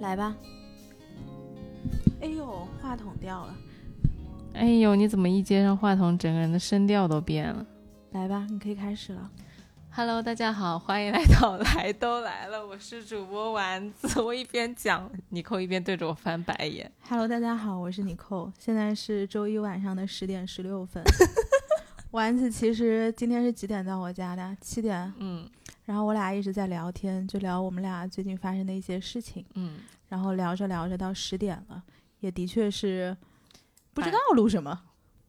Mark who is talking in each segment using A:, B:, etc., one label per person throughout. A: 来吧。哎呦，话筒掉了，
B: 哎呦，你怎么一接上话筒，整个人的声调都变了
A: 来吧，你可以开始了。
B: ？Hello，大家好，欢迎来到来都来了，我是主播丸子。我一边讲，尼寇一边对着我翻白眼。
A: Hello，大家好，我是你寇，现在是周一晚上的十点十六 分。丸子其实今天是几点到我家的？七点。
B: 嗯
A: 然后我俩一直在聊天，就聊我们俩最近发生的一些事情，
B: 嗯，
A: 然后聊着聊着到十点了，也的确是哎不知道录什么。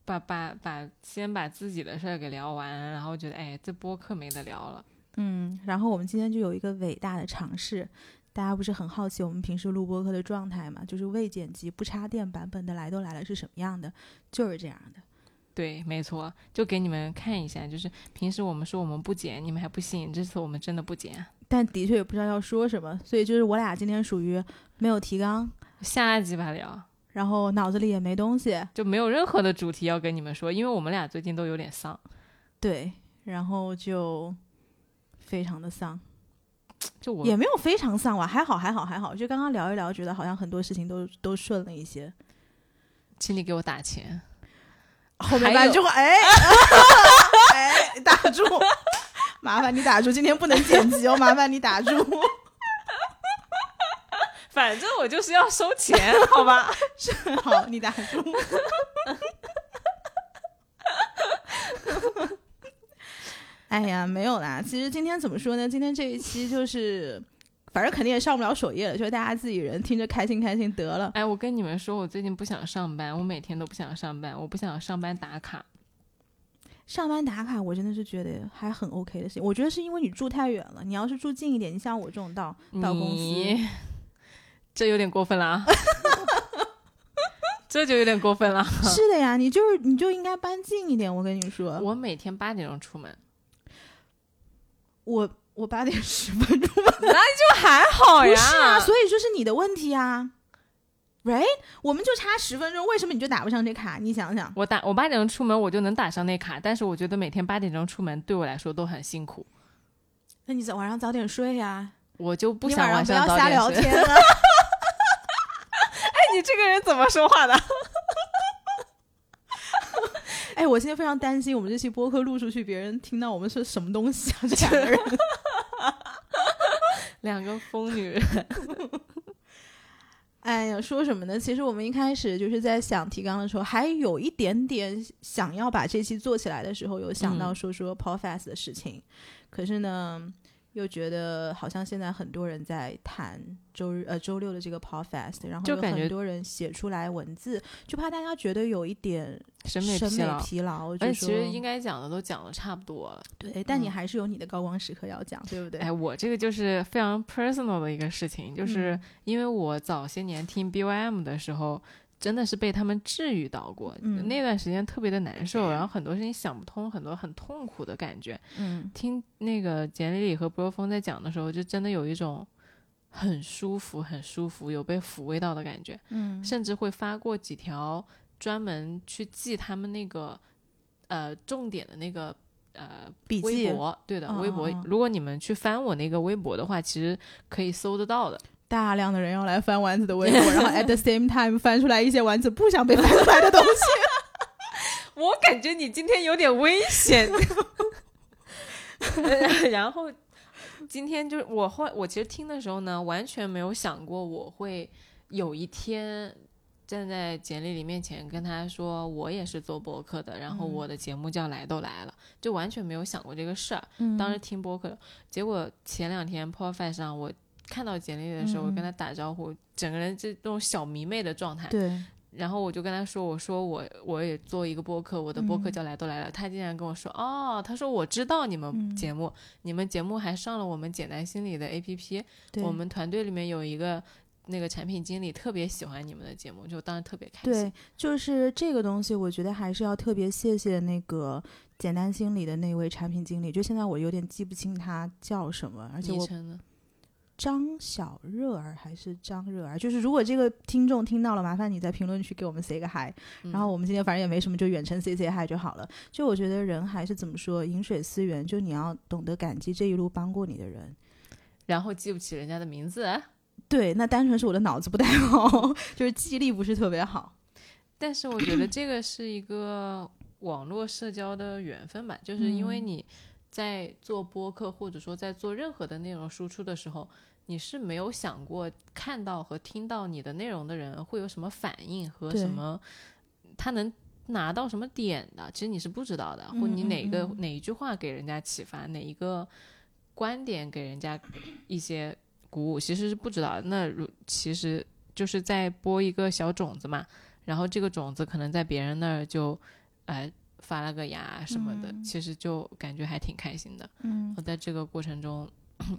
B: 把把把，先把自己的事儿给聊完，然后觉得哎，这播客没得聊了。
A: 嗯，然后我们今天就有一个伟大的尝试，大家不是很好奇我们平时录播客的状态嘛？就是未剪辑、不插电版本的来都来了是什么样的？就是这样的。
B: 对，没错，就给你们看一下，就是平时我们说我们不剪，你们还不信，这次我们真的不剪。
A: 但的确也不知道要说什么，所以就是我俩今天属于没有提纲，
B: 下一集吧聊，
A: 然后脑子里也没东西，
B: 就没有任何的主题要跟你们说，因为我们俩最近都有点丧。
A: 对，然后就非常的丧，
B: 就我
A: 也没有非常丧吧，还好还好还好，就刚刚聊一聊，觉得好像很多事情都都顺了一些。
B: 请你给我打钱。
A: 后
B: 还
A: 面半
B: 有
A: 句话， 哎，哎，打住，麻烦你打住，今天不能剪辑哦，麻烦你打住。
B: 反正我就是要收钱， 好吧？
A: 好，你打住。哎呀，没有啦。其实今天怎么说呢？今天这一期就是，反正肯定也上不了首页了，就是大家自己人听着开心开心得了。
B: 哎，我跟你们说，我最近不想上班，我每天都不想上班，我不想上班打卡。
A: 上班打卡，我真的是觉得还很 OK 的事情。我觉得是因为你住太远了，你要是住近一点，你像我这种到到公司，
B: 你 这有点过分了 啊！这就有点过 分了。
A: 是的呀，你就是你就应该搬近一点。我跟你说，
B: 我每天八点钟出门，
A: 我我八点十分钟吧，
B: 就还好
A: 不是啊，所以就是你的问题啊，right？我们就差十分钟，为什么你就打不上这卡？你想想，
B: 我打我八点钟出门，我就能打上那卡。但是我觉得每天八点钟出门对我来说都很辛苦，
A: 那你早晚上早点睡呀、
B: 我就不
A: 你
B: 想
A: 晚上不要
B: 上早
A: 瞎
B: 点
A: 聊
B: 睡。
A: 天啊了。
B: 哎， 你这个人怎么说话的？
A: 哎，我现在非常担心，我们这期播客录出去，别人听到我们是什么东西啊？这两个人，
B: 两个疯女人。
A: 哎呀，说什么呢？其实我们一开始就是在想提纲的时候，还有一点点想要把这期做起来的时候，有想
B: 嗯
A: 到说说 p o f a s t 的事情，可是呢，又觉得好像现在很多人在谈周日呃周六的这个 p o f a s t 然后
B: 就
A: 有
B: 感觉
A: 很多人写出来文字，就怕大家觉得有一点
B: 审美疲劳。
A: 疲劳，
B: 而且
A: 就
B: 其
A: 说
B: 实应该讲的都讲的差不多了。
A: 对，但你
B: 嗯
A: 还是有你的高光时刻要讲，对不对？
B: 哎，我这个就是非常 personal 的一个事情，就是
A: 嗯
B: 因为我早些年听 BYM 的时候，真的是被他们治愈到过。
A: 嗯
B: 那段时间特别的难受，然后很多事情想不通，很多很痛苦的感觉。
A: 嗯
B: 听那个简丽丽和波峰在讲的时候，就真的有一种很舒服、很舒服，有被抚慰到的感觉。
A: 嗯
B: 甚至会发过几条专门去记他们那个呃重点的那个呃
A: 笔
B: 微
A: 记
B: 博，对的，
A: 嗯
B: 微博
A: 嗯嗯。
B: 如果你们去翻我那个微博的话，其实可以搜得到的。
A: 大量的人要来翻丸子的微博，然后 at the same time 翻出来一些丸子不想被翻出来的东西。
B: 我感觉你今天有点危险。 然后今天就是我后来我其实听的时候呢，完全没有想过我会有一天站在简历里面前跟他说我也是做博客的，然后
A: 嗯
B: 我的节目叫来都来了，就完全没有想过这个事儿。
A: 嗯
B: 当时听播客，结果前两天 p o f i 上我看到简历的时候，我跟他打招呼，整个人这种小迷妹的状态。
A: 嗯对，
B: 然后我就跟他说：“我说我我也做一个播客，我的播客
A: 嗯
B: 叫来都来了。他竟然跟我说：“哦，他说我知道你们
A: 嗯
B: 节目，你们节目还上了我们简单心理的 APP，
A: 对
B: 我们团队里面有一个那个产品经理特别喜欢你们的节目，就当时特别开心。
A: 对，就是这个东西，我觉得还是要特别谢谢那个简单心理的那位产品经理。就现在我有点记不清他叫什么，而且
B: 昵
A: 我
B: 称呢？
A: 张小热儿还是张热儿，就是如果这个听众听到了，麻烦你在评论区给我们 say 个 hi。
B: 嗯
A: 然后我们今天反正也没什么，就远程 say say hi 就好了。就我觉得人还是怎么说，饮水思源，就你要懂得感激这一路帮过你的人。
B: 然后记不起人家的名字，啊
A: 对，那单纯是我的脑子不太好， 就是记忆力不是特别好。
B: 但是我觉得这个是一个网络社交的缘分吧，就是因
A: 嗯
B: 为你在做播客或者说在做任何的内容输出的时候，你是没有想过看到和听到你的内容的人会有什么反应和
A: 对
B: 什么他能拿到什么点的，其实你是不知道的，或你哪个
A: 嗯嗯
B: 哪一句话给人家启发，哪一个观点给人家一些鼓舞，其实是不知道的。那如其实就是在播一个小种子嘛，然后这个种子可能在别人那儿就，呃，发了个芽什么的，其实就感觉还挺开心的。
A: 嗯，
B: 我在这个过程中，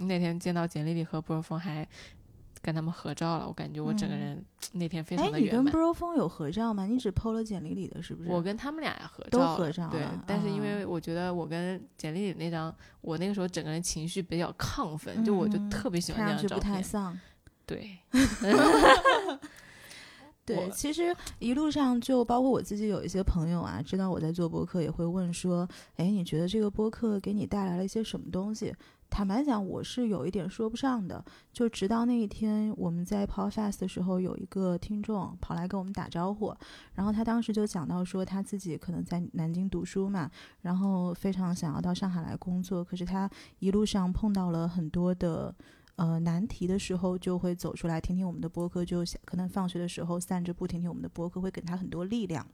B: 那天见到简丽丽和波尔峰还跟他们合照了，我感觉我整个人、那天非
A: 嗯哎
B: 常，的
A: 你
B: 圆
A: 跟
B: 满。
A: Bro 风有合照吗？你只 PO 了简历里的，是不是？
B: 我跟他们俩合照
A: 都
B: 了，
A: 合照
B: 对
A: 了，
B: 但是因
A: 啊
B: 为我觉得我跟简丽丽那张，我那个时候整个人情绪比较亢奋，就我就
A: 嗯
B: 特别喜欢
A: 看上
B: 那张
A: 去
B: 照
A: 不太
B: 片。
A: 丧。
B: 对，
A: 对
B: 我，
A: 其实一路上就包括我自己有一些朋友啊，知道我在做播客，也会问说：“哎，你觉得这个播客给你带来了一些什么东西？”坦白讲，我是有一点说不上的。就直到那一天，我们在 Podcast 的时候，有一个听众跑来跟我们打招呼，然后他当时就讲到说，他自己可能在南京读书嘛，然后非常想要到上海来工作，可是他一路上碰到了很多的呃难题的时候，就会走出来听听我们的播客，就想可能放学的时候散着步听听我们的播客，会给他很多力量。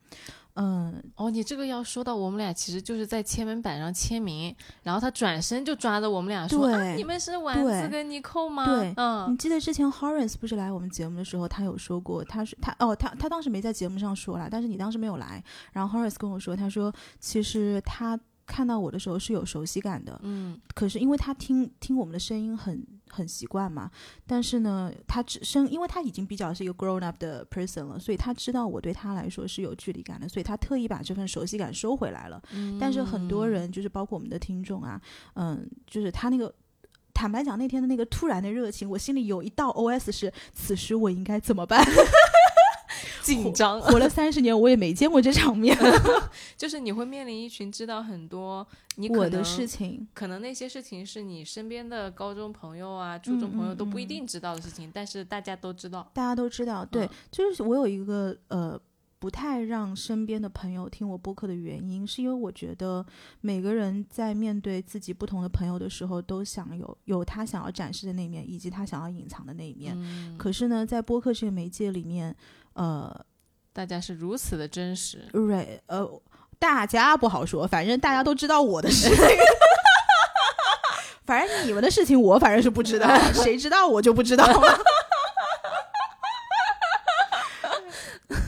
A: 嗯，
B: 哦，你这个要说到我们俩其实就是在签名板上签名，然后他转身就抓着我们俩说：“啊，
A: 对
B: 你们是丸子
A: 哎对
B: 跟尼寇吗？”
A: 对你
B: 嗯，
A: 记得之前 Horace 不是来我们节目的时候，他有说过，他是他哦，他他当时没在节目上说啦，但是你当时没有来，然后 Horace 跟我说，他说其实他看到我的时候是有熟悉感的，
B: 嗯，
A: 可是因为他听听我们的声音很很习惯嘛，但是呢，他只声，因为他已经比较是一个 grown up 的 person 了，所以他知道我对他来说是有距离感的，所以他特意把这份熟悉感收回来了。
B: 嗯
A: 但是很多人，就是包括我们的听众啊，嗯，就是他那个。坦白讲，那天的那个突然的热情，我心里有一道 OS 是：此时我应该怎么办？
B: 紧张，
A: 活了三十年，我也没见过这场面。
B: 就是你会面临一群知道很多 你可
A: 我的
B: 能
A: 事情，
B: 可能那些事情是你身边的高中朋友啊、初中
A: 嗯
B: 朋友
A: 嗯
B: 都不一
A: 嗯
B: 定知道的事情，但是大家都知道。
A: 大家都知道，对，
B: 嗯
A: 就是我有一个呃。不太让身边的朋友听我播客的原因，是因为我觉得每个人在面对自己不同的朋友的时候，都想有有他想要展示的那一面，以及他想要隐藏的那一面。
B: 嗯，
A: 可是呢，在播客这个媒介里面，呃，
B: 大家是如此的真实。
A: right，呃，大家不好说，反正大家都知道我的事情。反正你们的事情，我反正是不知道， 谁知道我就不知道了。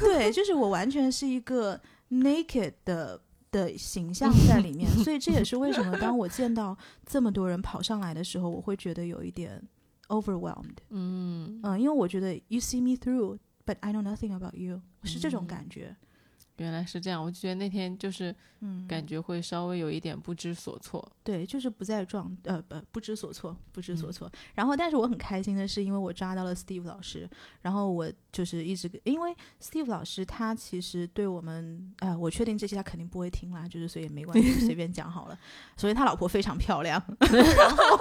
A: 对，就是我完全是一个 naked 的的形象在里 面，所以这也是为什么当我见到这么多人跑上来的时候，我会觉得有一点 overwhelmed。
B: 嗯，
A: 嗯，因为我觉得 you see me through。But I know nothing about you，是这种
B: 嗯
A: 感觉。
B: 原来是这样。我就觉得那天就是
A: 嗯，
B: 感觉会稍微有一点不知所措。
A: 对，就是不在状呃不不知所措，不知所措。然后，但是我很开心的是，因为我抓到了 Steve 老师，然后我就是一直因为 Steve 老师他其实对我们，呃，我确定这些他肯定不会听啦，就是所以也没关系，就随便讲好了。首先，他老婆非常漂亮，然后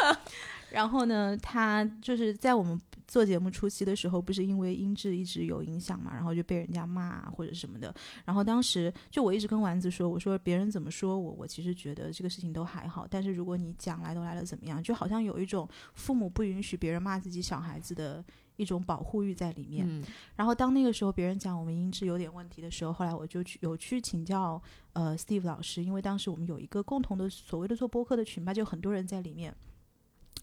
A: 然后呢，他就是在我们做节目初期的时候，不是因为音质一直有影响嘛，然后就被人家骂或者什么的。然后当时就我一直跟丸子说，我说别人怎么说我，我其实觉得这个事情都还好。但是如果你讲来都来了怎么样，就好像有一种父母不允许别人骂自己小孩子的一种保护欲在里面。
B: 嗯
A: 然后当那个时候别人讲我们音质有点问题的时候，后来我就去有去请教呃 Steve 老师，因为当时我们有一个共同的所谓的做播客的群吧，就很多人在里面。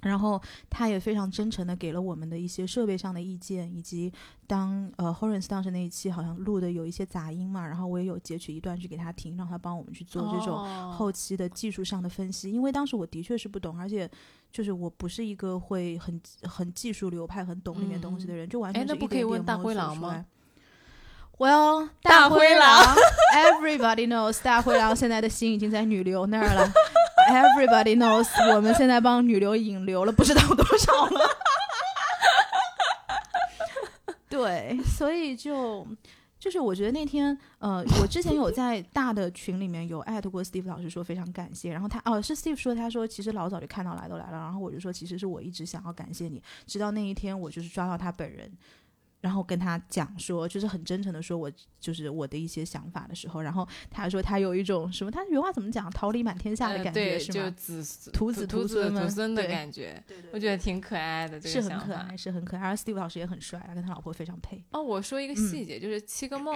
A: 然后他也非常真诚的给了我们的一些设备上的意见，以及当呃 Horace 当时那一期好像录的有一些杂音嘛，然后我也有截取一段去给他听，让他帮我们去做这种
B: 哦
A: 后期的技术上的分析，因为当时我的确是不懂，而且就是我不是一个会很很技术流派、很懂里面东西的人，就完全
B: 哎
A: 是
B: 那
A: 一
B: 不可以
A: 点
B: 问
A: 点
B: 大
A: 摸
B: 灰
A: 索
B: 狼
A: 出
B: 吗
A: 来？Well，
B: 大灰
A: 灰狼，Everybody knows，大灰狼现在的心已经在女流那儿了。Everybody knows，我们现在帮女流引流了不知道多少了。 对，所以就就是我觉得那天，呃，我之前有在大的群里面有艾特过 Steve 老师，说非常感谢。然后他哦，是 Steve 说，他说其实老早就看到来都来了，然后我就说其实是我一直想要感谢你，直到那一天我就是抓到他本人，然后跟他讲说，就是很真诚的说我就是我的一些想法的时候，然后他说他有一种什么，他原话怎么讲，桃李满天下的
B: 呃
A: 感觉、
B: 对，
A: 是
B: 就
A: 吗？
B: 子
A: 徒
B: 子
A: 子
B: 徒
A: 徒
B: 子
A: 孙
B: 徒
A: 们
B: 孙的
A: 对
B: 感觉，
A: 对对
B: 我觉得挺可爱的这
A: 是很
B: 个想
A: 可
B: 法。
A: 爱，是很可爱。而 Steve 老师也很帅，他跟他老婆非常配。
B: 哦，我说一个细节，就是七个梦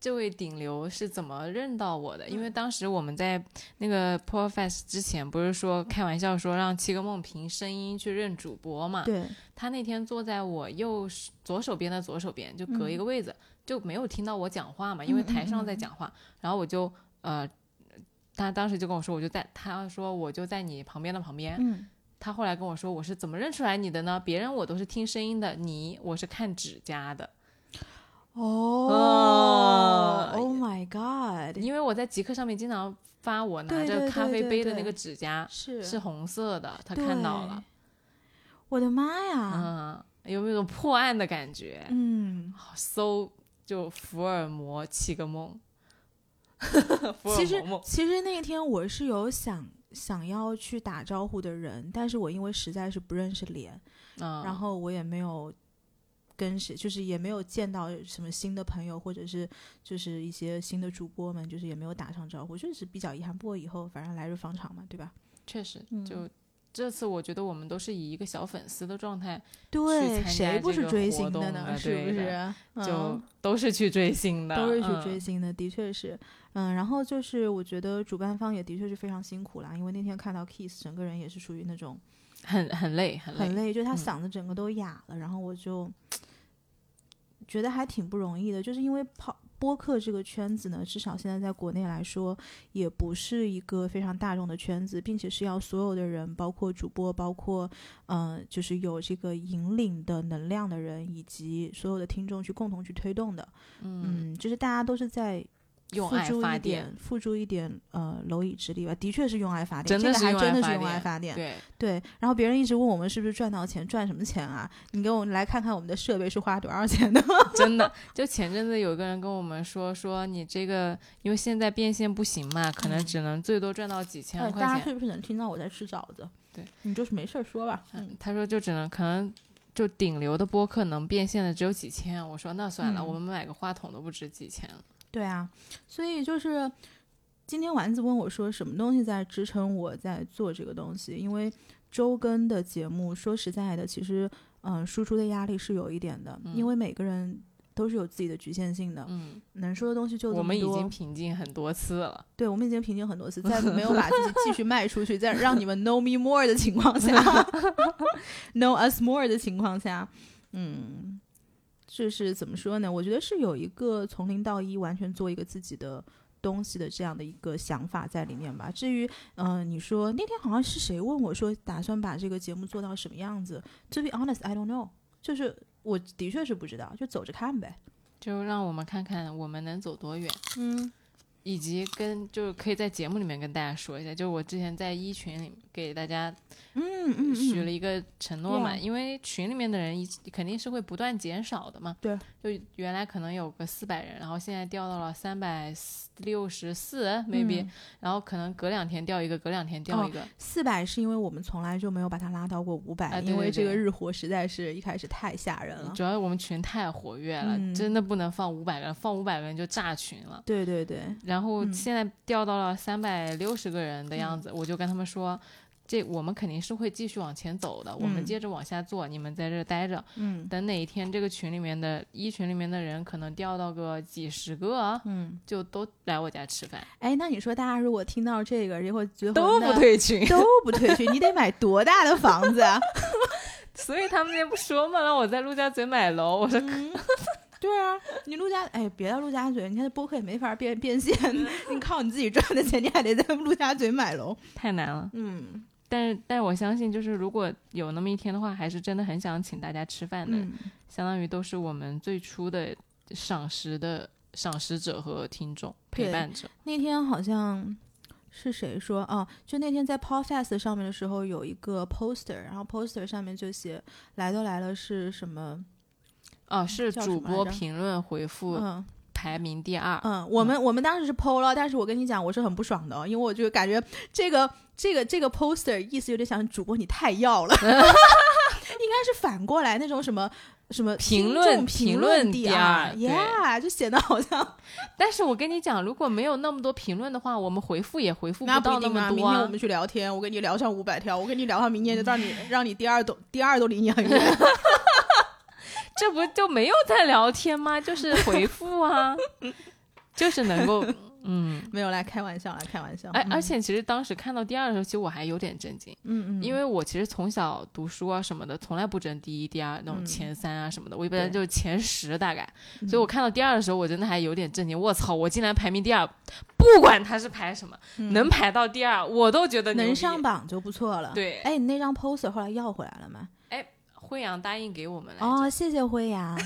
B: 这位顶流是怎么认到我的？因为当时我们在那个 p o r Fest 之前，不是说开玩笑说让七个梦凭声音去认主播嘛？
A: 对，
B: 他那天坐在我右手左手边的左手边，就隔一个位子，就没有听到我讲话嘛，因为
A: 嗯嗯嗯
B: 台
A: 嗯
B: 上在讲话。然后我就呃，他当时就跟我说，我就在他说我就在你旁边的旁边。
A: 嗯，
B: 他后来跟我说，我是怎么认出来你的呢？别人我都是听声音的，你我是看指甲的。
A: 哦
B: 哦
A: ，Oh my God，
B: 因为我在极客上面经常发我拿
A: 对对
B: 着
A: 对
B: 咖啡
A: 对
B: 杯的
A: 对
B: 那个指甲
A: 是
B: 是红色的，他看到了，
A: 对。我的妈呀！
B: 嗯，有没有种破案的感觉？
A: 嗯，
B: 搜就福尔摩七个梦， 福尔
A: 其实
B: 摩梦
A: 其实那天我是有想想要去打招呼的人，但是我因为实在是不认识脸，
B: 嗯，
A: 然后我也没有跟谁，就是也没有见到什么新的朋友，或者是就是一些新的主播们，就是也没有打上招呼，就是比较遗憾。不过以后反正来日方长嘛，对吧？
B: 确实
A: 嗯
B: 就。这次我觉得我们都是以一个小粉丝的状态，
A: 对，
B: 参加
A: 谁不
B: 这
A: 是
B: 个
A: 追
B: 活
A: 星
B: 动
A: 的呢？
B: 的
A: 是不
B: 对
A: 是
B: 的？就
A: 嗯
B: 都是去追星的，
A: 都是去
B: 嗯
A: 追星的，的确是，嗯，然后就是我觉得主办方也的确是非常辛苦啦，因为那天看到 Kiss 整个人也是属于那种
B: 很很累，很累
A: 很，累，就他
B: 嗯
A: 嗓子整个都哑了，然后我就觉得还挺不容易的，就是因为跑。播客这个圈子呢，至少现在在国内来说，也不是一个非常大众的圈子，并且是要所有的人，包括主播，包括嗯、呃就是有这个引领的能量的人，以及所有的听众去共同去推动的。
B: 嗯，
A: 嗯，就是大家都是在
B: 用
A: 付
B: 爱
A: 诸
B: 发
A: 一
B: 电，
A: 点，付诸一点呃蝼蚁之力吧，的确是用爱发电，
B: 真
A: 这
B: 的是
A: 个还
B: 用
A: 真
B: 爱
A: 的
B: 发
A: 是用爱
B: 电
A: 发电。
B: 对，
A: 对，然后别人一直问我们是不是赚到钱，赚什么钱啊？你给我们来看看我们的设备是花多少钱的。
B: 真的，就前阵子有个人跟我们说，说你这个因为现在变现不行嘛，可能只能最多赚到几千块
A: 嗯大家
B: 钱。
A: 是不是能听到我在吃饺子？
B: 对，
A: 你就是没事儿说吧。嗯，
B: 他说就只能可能就顶流的播客能变现的只有几千。我说那算了，
A: 嗯
B: 我们买个话筒都不值几千了。
A: 对啊，所以就是今天丸子问我说，什么东西在支撑我在做这个东西？因为周更的节目，说实在的，其实嗯、呃输出的压力是有一点的，因为每个人都是有自己的局限性的，
B: 嗯，
A: 能说的东西就这
B: 我
A: 么
B: 们已
A: 多
B: 经平静很多次了。
A: 对，我们已经平静很多次，在没有把自己继续卖出去，在让你们 know me more 的情况下，know us more 的情况下，嗯，就是怎么说呢？我觉得是有一个从零到一完全做一个自己的东西的这样的一个想法在里面吧。至于，嗯、你说那天好像是谁问我说，打算把这个节目做到什么样子？To be honest, I don't know，就是我的确是不知道，就走着看呗。
B: 就让我们看看我们能走多远，
A: 嗯
B: 以及跟就是可以在节目里面跟大家说一下，就是我之前在一群里给大家
A: 嗯嗯，啊嗯
B: 许了一个承诺嘛，
A: Yeah
B: 因为群里面的人一肯定是会不断减少的嘛。
A: 对，
B: 就原来可能有个四百人，然后现在掉到了三百六十四，maybe，、
A: 嗯哦
B: 然后可能隔两天掉一个，隔两天掉一个。
A: 四百是因为我们从来就没有把它拉到过五百、
B: 啊对
A: 因为
B: 对
A: 这个
B: 对
A: 日活实在是一开始太吓人了。
B: 主要我们群太活跃了，
A: 哎嗯
B: 真的不能放五百个人，放五百个人就炸群了。
A: 对对对，
B: 然后
A: 嗯
B: 现在掉到了三百六十个人的样子，我就跟他们说，这我们肯定是会继续往前走的，我们
A: 嗯
B: 接着往下做，你们在这儿待着，
A: 嗯
B: 等哪一天这个群里面的一群里面的人可能掉到个几十个，
A: 嗯。
B: 就都来我家吃饭，
A: 哎，那你说大家如果听到这个，然后觉得
B: 都不， 退群
A: 那。 都不退群，你得买多大的房子啊？
B: 所以他们也不说嘛，让我在陆家嘴买楼。我说
A: 嗯，对啊，你陆家哎，别到陆家嘴，你看播客也没法变变现， 你靠你自己赚的钱，你还得在陆家嘴买楼。
B: 太难了。
A: 嗯
B: 但是，但是我相信，就是如果有那么一天的话，还是真的很想请大家吃饭的，
A: 嗯，
B: 相当于都是我们最初的赏识的赏识者和听众
A: 对
B: 陪伴者。
A: 那天好像是谁说啊？就那天在 Podfest 上面的时候，有一个 poster，然后 poster 上面就写“来都来了”是什么？
B: 哦，是
A: 叫什么
B: 主播
A: 来着
B: 评论回复
A: 嗯，
B: 排名第二。
A: 嗯，我
B: 啊
A: 们我们当时是剖了，但是我跟你讲，我是很不爽的，因为我就感觉这个这个这个 poster 意思有点像主播你太要 了，应该是反过来那种什么什么
B: 评
A: 听
B: 论
A: 众
B: 评
A: 评
B: 论
A: 第
B: 第二对
A: ，yeah，就显得好像
B: 但是我跟你讲，如果没有那么多评论的话，我们回复也回复
A: 那不
B: 到
A: 一
B: 那
A: 定
B: 么
A: 啊。
B: 多
A: 明天我
B: 啊。
A: 们去聊天，我跟你聊上五百条，我跟你聊上明年就让 你让你第二都第二都离你 很远。
B: 这不就没有在聊天 吗？就是回复啊，就是能够嗯。
A: 没有来开玩笑，来开玩笑。
B: 而
A: 嗯
B: 而且其实当时看到第二的时候，其实我还有点震惊，
A: 嗯嗯，
B: 因为我其实从小读书啊什么的，从来不争第一、第二那种
A: 嗯
B: 前三啊什么的，我一般
A: 对
B: 就是前十大概。
A: 嗯
B: 所以我看到第二的时候，我真的还有点震惊。我操，我竟然排名第二，不管他是排什么，
A: 嗯
B: 能排到第二，我都觉得牛
A: 能
B: 逼
A: 上。榜就不错了。
B: 对
A: 哎，你那张 poster 后来要回来了吗？
B: 辉阳答应给我们来着，
A: 哦，谢谢辉 阳。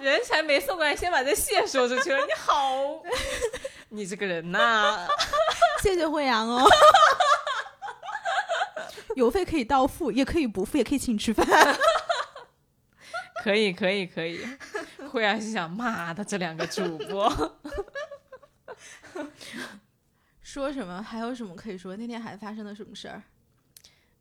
B: 人才没送过来，先把这谢说出去了。你 好，你这个人呐，
A: 谢谢惠阳哦。 邮费可以到付，也可以不付，也可以请吃饭。
B: 可以可以可以。辉阳心想：妈的，这两个主播，
A: 说什么？还有什么可以说？那天还发生了什么事儿？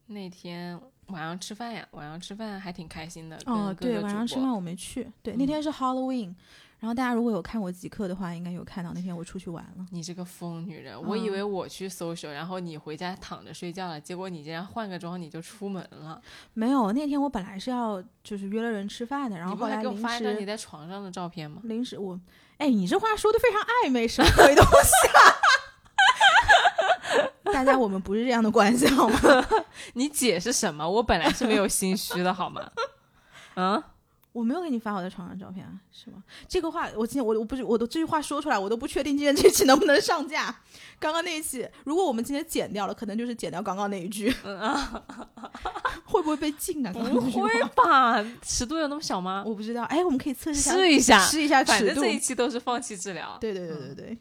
B: 那天晚上吃饭呀，晚上吃饭还挺开心的。
A: 哦，
B: 跟各个
A: 对，晚上吃
B: 主播
A: 饭我没去。对，那天是 Halloween，、然后大家如果有看我极客的话，应该有看到那天我出去玩了。
B: 你这个疯女人！我以为
A: 嗯
B: 我去 social，、然后你回家躺着睡觉了，结果你竟然换个妆你就出门了。
A: 没有，那天我本来是要就是约了人吃饭的，然后
B: 你不
A: 后来
B: 还给我
A: 临
B: 发一张你
A: 时
B: 在床上的照片吗？
A: 临时我，哎，你这话说的非常暧昧，什么鬼东西啊？ 大家我们不是这样的关系好吗？
B: 你姐是什么？我本来是没有心虚的，好吗？嗯，
A: 我没有给你发我在床上的照片啊，是吗？这个话我今天我我不是我都这句话说出来，我都不确定今天这期能不能上架。刚刚那一期，如果我们今天剪掉了，可能就是剪掉刚刚那一句， 会 不会被禁啊？刚刚
B: 嗯啊不
A: 那句话
B: 会，吧？尺度有那么小吗？
A: 我不知道。哎，我们可以测试一下，
B: 试一下，
A: 试一下
B: 反
A: 尺
B: 正
A: 度
B: 这。一期嗯都是放弃治疗。
A: 对对对对对，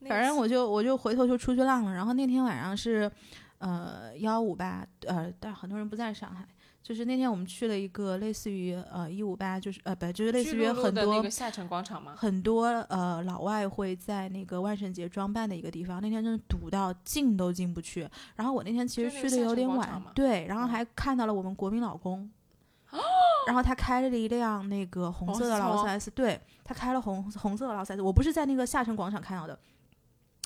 B: 那
A: 反正
B: 次
A: 我就我就回头就出去浪了。然后那天晚上是，呃，幺五八，呃，但很多人不在上海。就是那天我们去了一个类似于呃一五八，就是呃不就是类似
B: 巨
A: 于
B: 鹿路
A: 很
B: 的
A: 多
B: 那个下沉广场吗？
A: 很多呃老外会在那个万圣节装扮的一个地方，那天真的堵到进都进不去。然后我那天其实
B: 就
A: 去
B: 那个
A: 的
B: 下
A: 有
B: 沉
A: 点
B: 广
A: 晚
B: 场吗，
A: 对，然后
B: 嗯
A: 还看到了我们国民老 公，然后他开了一辆那个红色的劳
B: 红
A: 斯
B: 色
A: 莱斯，对他开了红红色的劳斯莱斯，我不是在那个下沉广场看到的。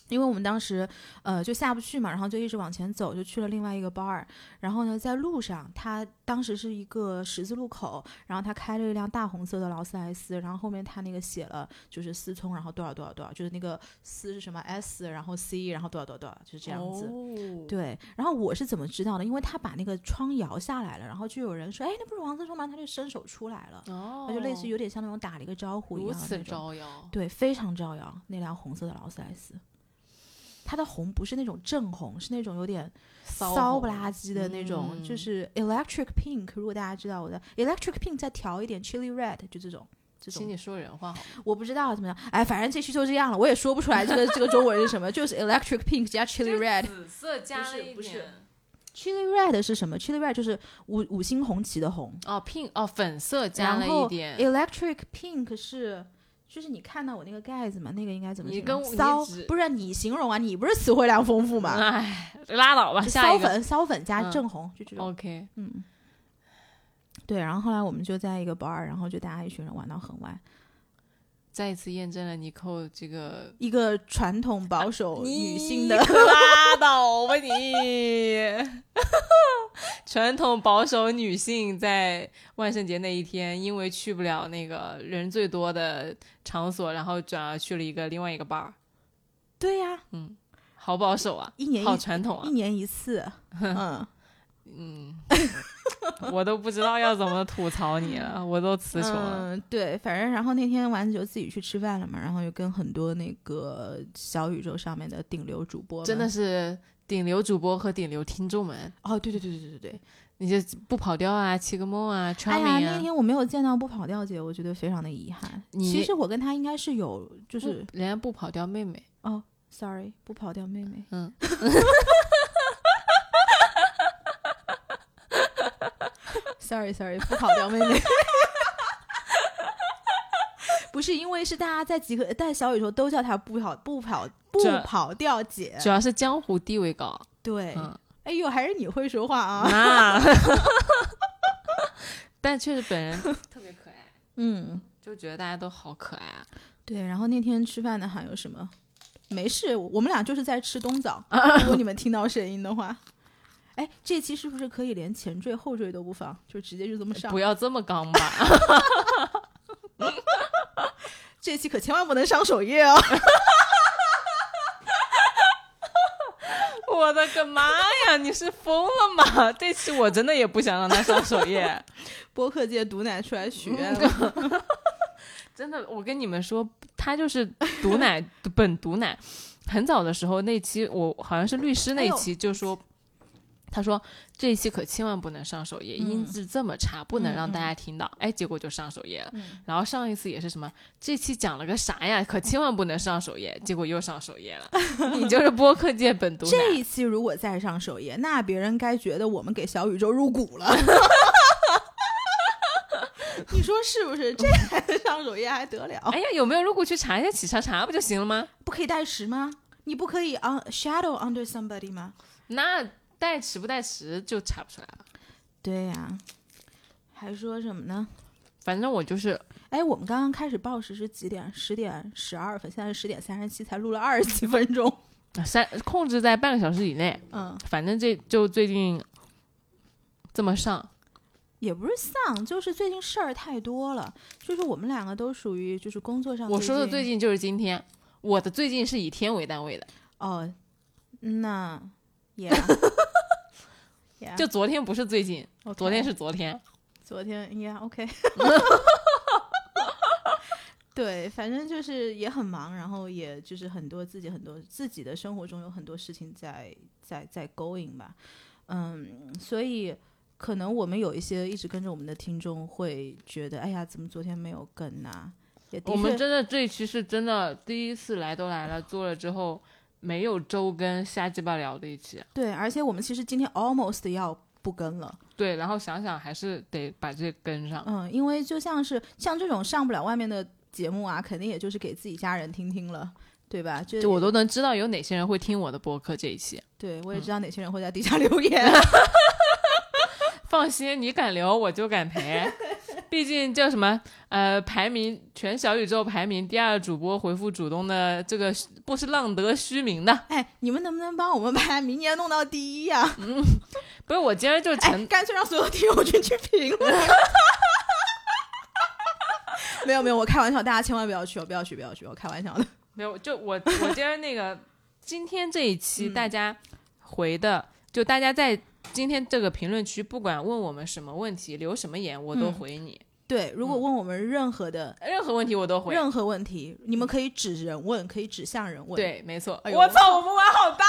A: 因为我们当时，呃，就下不去嘛，然后就一直往前走，就去了另外一个 bar。然后呢，在路上，他当时是一个十字路口，然后他开了一辆大红色的劳斯莱斯，然后后面他那个写了就是思聪，然后多少多少多少，就是那个思是什么 S，然后 C，然后多少多少多少，就是这样子。
B: 哦，
A: 对，然后我是怎么知道的？因为他把那个窗摇下来了，然后就有人说：“哎，那不是王思聪吗？”他就伸手出来了，
B: 哦
A: 他就类似于有点像那种打了一个招呼一
B: 如
A: 样的
B: 此
A: 那种
B: 招摇。
A: 对，非常招摇。那辆红色的劳斯莱斯，它的红不是那种正红，是那种有点
B: 骚
A: 骚
B: 红
A: 不拉几的那种，就
B: 嗯
A: 是 electric pink。如果大家知道我的 electric pink，再调一点 chili red，就这种。这
B: 请
A: 种
B: 你说人话好吗？
A: 我不知道怎么样，哎，反正这期就这样了，我也说不出来这个这个中文是什么，就是 electric pink 加 chili red。
B: 紫色加
A: 不是
B: 了一
A: 不是
B: 点
A: chili red 是什么？chili red 就是五五星红旗的红，
B: 哦，pink 哦，粉色加
A: 然
B: 了
A: 后
B: 一点。
A: electric pink 是。就是你看到我那个盖子嘛，那个应该怎么
B: 你
A: 形
B: 跟
A: 容
B: 我你
A: 骚
B: 只
A: 不是你形容啊，你不是词汇量丰富嘛？
B: 哎，拉倒吧，
A: 就
B: 下
A: 骚
B: 一个。
A: 粉骚粉加
B: 嗯
A: 正红，就这种。
B: OK，
A: 嗯，对。然后后来我们就在一个 bar，然后就大家一群人玩到很晚，
B: 再一次验证了你扣这个
A: 一个传统保守女性的
B: 啊你可 拉倒吧你！ 传统保守女性在万圣节那一天，因为去不了那个人最多的场所，然后转而去了一个另外一个 bar。
A: 对呀、
B: 嗯，好保守啊，
A: 一年
B: 好
A: 一
B: 传统啊
A: 一。年一次， 嗯，
B: 嗯， 我都不知道要怎么吐槽你了，我都词穷了。
A: 嗯，对，反正然后那天完就自己去吃饭了嘛，然后又跟很多那个小宇宙上面的顶流主播们，
B: 真的是顶流主播和顶流听众们，
A: 哦，对对对对对对对，
B: 你这不跑调啊，七个梦啊
A: 哎呀，
B: ，Charming
A: 那
B: 啊，
A: 天我没有见到不跑调姐，我觉得非常的遗憾。
B: 你
A: 其实我跟她应该是有，就是、
B: 不人家不跑调妹妹，
A: 哦，sorry，不跑调妹妹，
B: 嗯，
A: Sorry Sorry，不跑掉妹妹。不是因为是大家在集合在小宇宙都叫他不跑不跑不
B: 这
A: 跑调姐，
B: 主要是江湖地位高。
A: 对，
B: 嗯，
A: 呃哎呦，还是你会说话啊，
B: 那， 但确实 本人特别可爱，
A: 嗯，
B: 就觉得大家都好可爱啊。
A: 对。然后那天吃饭呢，还有什么？没事，我们俩就是在吃冬 枣。如果你们听到声音的话，哎，这期是不是可以连前缀后缀都不啊放，就直接就这么上
B: 不？要这么刚吧，
A: 这期可千万不能上首页 哦。
B: 我的个妈呀！你是疯了吗？ 这期我真的也不想让他上首页，
A: 播客界毒奶出来许
B: 嗯
A: 愿了，
B: 真的，我跟你们说，他就是 毒奶本毒奶。很早的时候那期，我好像是律师
A: 哎
B: 那一期就说，他说这一期可千万不能上首页，
A: 嗯
B: 音质这么差，不能让
A: 嗯
B: 大家听到。哎，结果就上首页了。
A: 嗯
B: 然后上一次也是什么，这期讲了个啥呀？可千万不能上首页，结果又上首页了。 你就是播客界本 毒
A: 这
B: 奶，
A: 一期如果再上首页，那别人该觉得我们给小宇宙入股 了。你说是不是？这还上首页还得了？
B: 哎呀，有没有入股去查一下喜茶茶不就行了吗？
A: 不可以代持吗？你不可以 on shadow under somebody 吗？
B: 那代持不代持就查不出来了。
A: 对呀、还说什么呢？
B: 反正我就是
A: 哎，我们刚刚开始报时是几点？十点十二分，现在是十点三十七，才录了二十几分钟。
B: 三控制在半个小时以内，
A: 嗯，
B: 反正这就最近这么上，
A: 啊也不是丧，就是最近事儿太多了。就是我们两个都属于就是工作上
B: 我说的最
A: 近
B: 近就是今天，我的最近是以天为单位的，
A: 哦，那 yeah yeah，
B: 就昨天不是最近，
A: 啊 OK
B: 昨天是昨天，
A: 昨天 yeah OK，对，反正就是也很忙，然后也就是很多自己很多自己的生活中有很多事情在在在 going 吧，嗯，所以可能我们有一些一直跟着我们的听众会觉得，哎呀，怎么昨天没有跟呐、也的
B: 我们
A: 确，
B: 真的这一期是真的第一次来都来了，做了之后没有周更，瞎鸡巴聊的一期。
A: 对，而且我们其实今天 almost 要不跟了。
B: 对，然后想想还是得把这跟上。
A: 嗯，因为就像是像这种上不了外面的节目啊，肯定也就是给自己家人听听了，对吧？就
B: 就我都能知道有哪些人会听我的播客这一期。
A: 对
B: 嗯
A: 我也知道哪些人会在底下留 言。
B: 放心，你敢留我就敢陪，毕竟叫什么呃，排名全小宇宙排名第二主播回复主动的这个不是浪得虚名的。
A: 哎，你们能不能帮我们把明年弄到第一呀、
B: 嗯不是我今儿就
A: 哎，
B: 成，
A: 干脆让所有听友群去评 论。没有没有，我开玩笑，大家千万不要去哦，不要去，不要去哦，我开玩笑的。
B: 没有就我我今儿那个今天这一期
A: 嗯
B: 大家回的，就大家在今天这个评论区，不管问我们什么问题，留什么言，我都
A: 嗯
B: 回你，
A: 对，如果
B: 嗯
A: 问我们任何的、
B: 任何问题我都回。
A: 任何问题，你们可以指人问，可以指向人问。，
B: 嗯对，没错。
A: 哎呦
B: 我操，我们玩好大！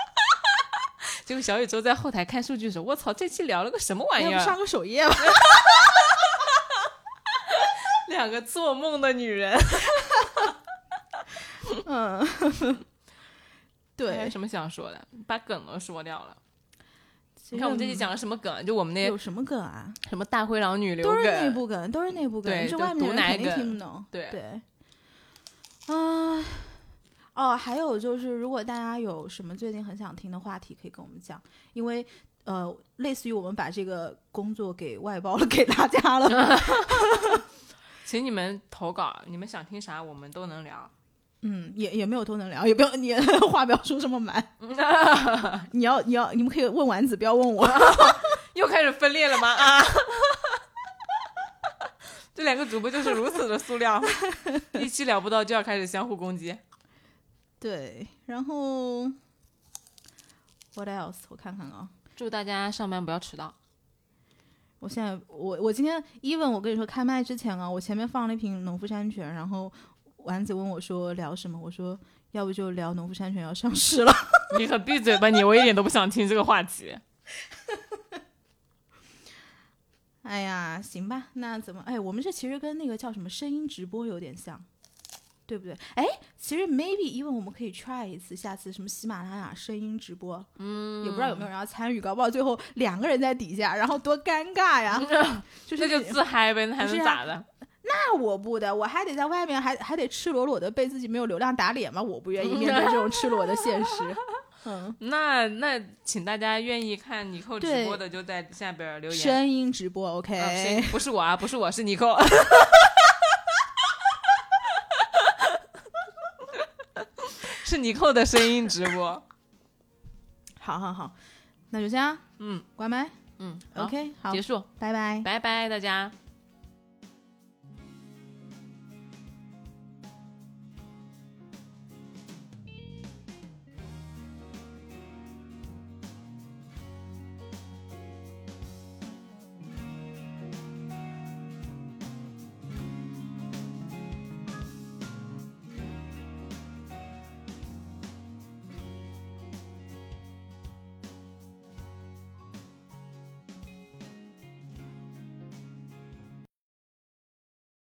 B: 结果小宇宙在后台看数据的时候，我操，这期聊了个什么玩
A: 要
B: 意
A: 不
B: 儿
A: 上？个首页吧？
B: 两个做梦的女人，
A: 嗯，
B: 还有
A: 对。
B: 哎什么想说的？把梗都说掉了。
A: 其实嗯
B: 你看我们这期讲了什么梗？就我们那
A: 有什么梗啊？
B: 什么大灰狼女流
A: 都是内
B: 梗，
A: 部梗，都是内部梗，
B: 对
A: 这
B: 都
A: 外面
B: 毒
A: 的人
B: 奶
A: 肯定
B: 梗
A: 听不懂。
B: 对
A: 对，啊、哦，还有就是，如果大家有什么最近很想听的话题，可以跟我们讲，因为呃，类似于我们把这个工作给外包了 给大家了。
B: 请你们投稿，你们想听啥我们都能聊。
A: 嗯，也也没有多能聊，也不要你 话不要说这么满，你要你要你们可以问丸子，不要问我。
B: 又开始分裂了吗？啊！ 这两个主播就是如此的塑 料，一期聊不到就要开始相互攻击。
A: 对，然后 what else？我看看啊、
B: 祝大家上班不要迟到。
A: 我现在我我今天 even 我跟你说开麦之前啊，我前面放了一瓶农夫山泉，然后丸子问我说聊什么，我说要不就聊农夫山泉要上市了。
B: 你可闭嘴吧你！我一点都不想听这个话题。
A: 哎呀，行吧，那怎么？哎，我们这其实跟那个叫什么声音直播有点像，对不对？哎，其实 maybe even 我们可以 try 一次，下次什么喜马拉雅声音直播，嗯，也不知道有没有人要参与，搞不好最后 两个人在底下，然后多尴尬呀！就是
B: 那就自嗨呗，那还能咋的？
A: 那我不的，我还得在外面还还得赤裸裸的被自己没有流量打脸吗？我不愿意面对这种赤裸的现 实。嗯，
B: 那那请大家愿意看尼寇直播的就在下边留言。
A: 声音直播，OK，、
B: 啊谁不是我啊，不是我，是尼寇。 是尼寇的声音直播。
A: 好好好，那就这样，
B: 嗯，
A: 关麦
B: 嗯好
A: ，OK，好
B: 结，束，
A: 拜拜。
B: 拜拜，大家。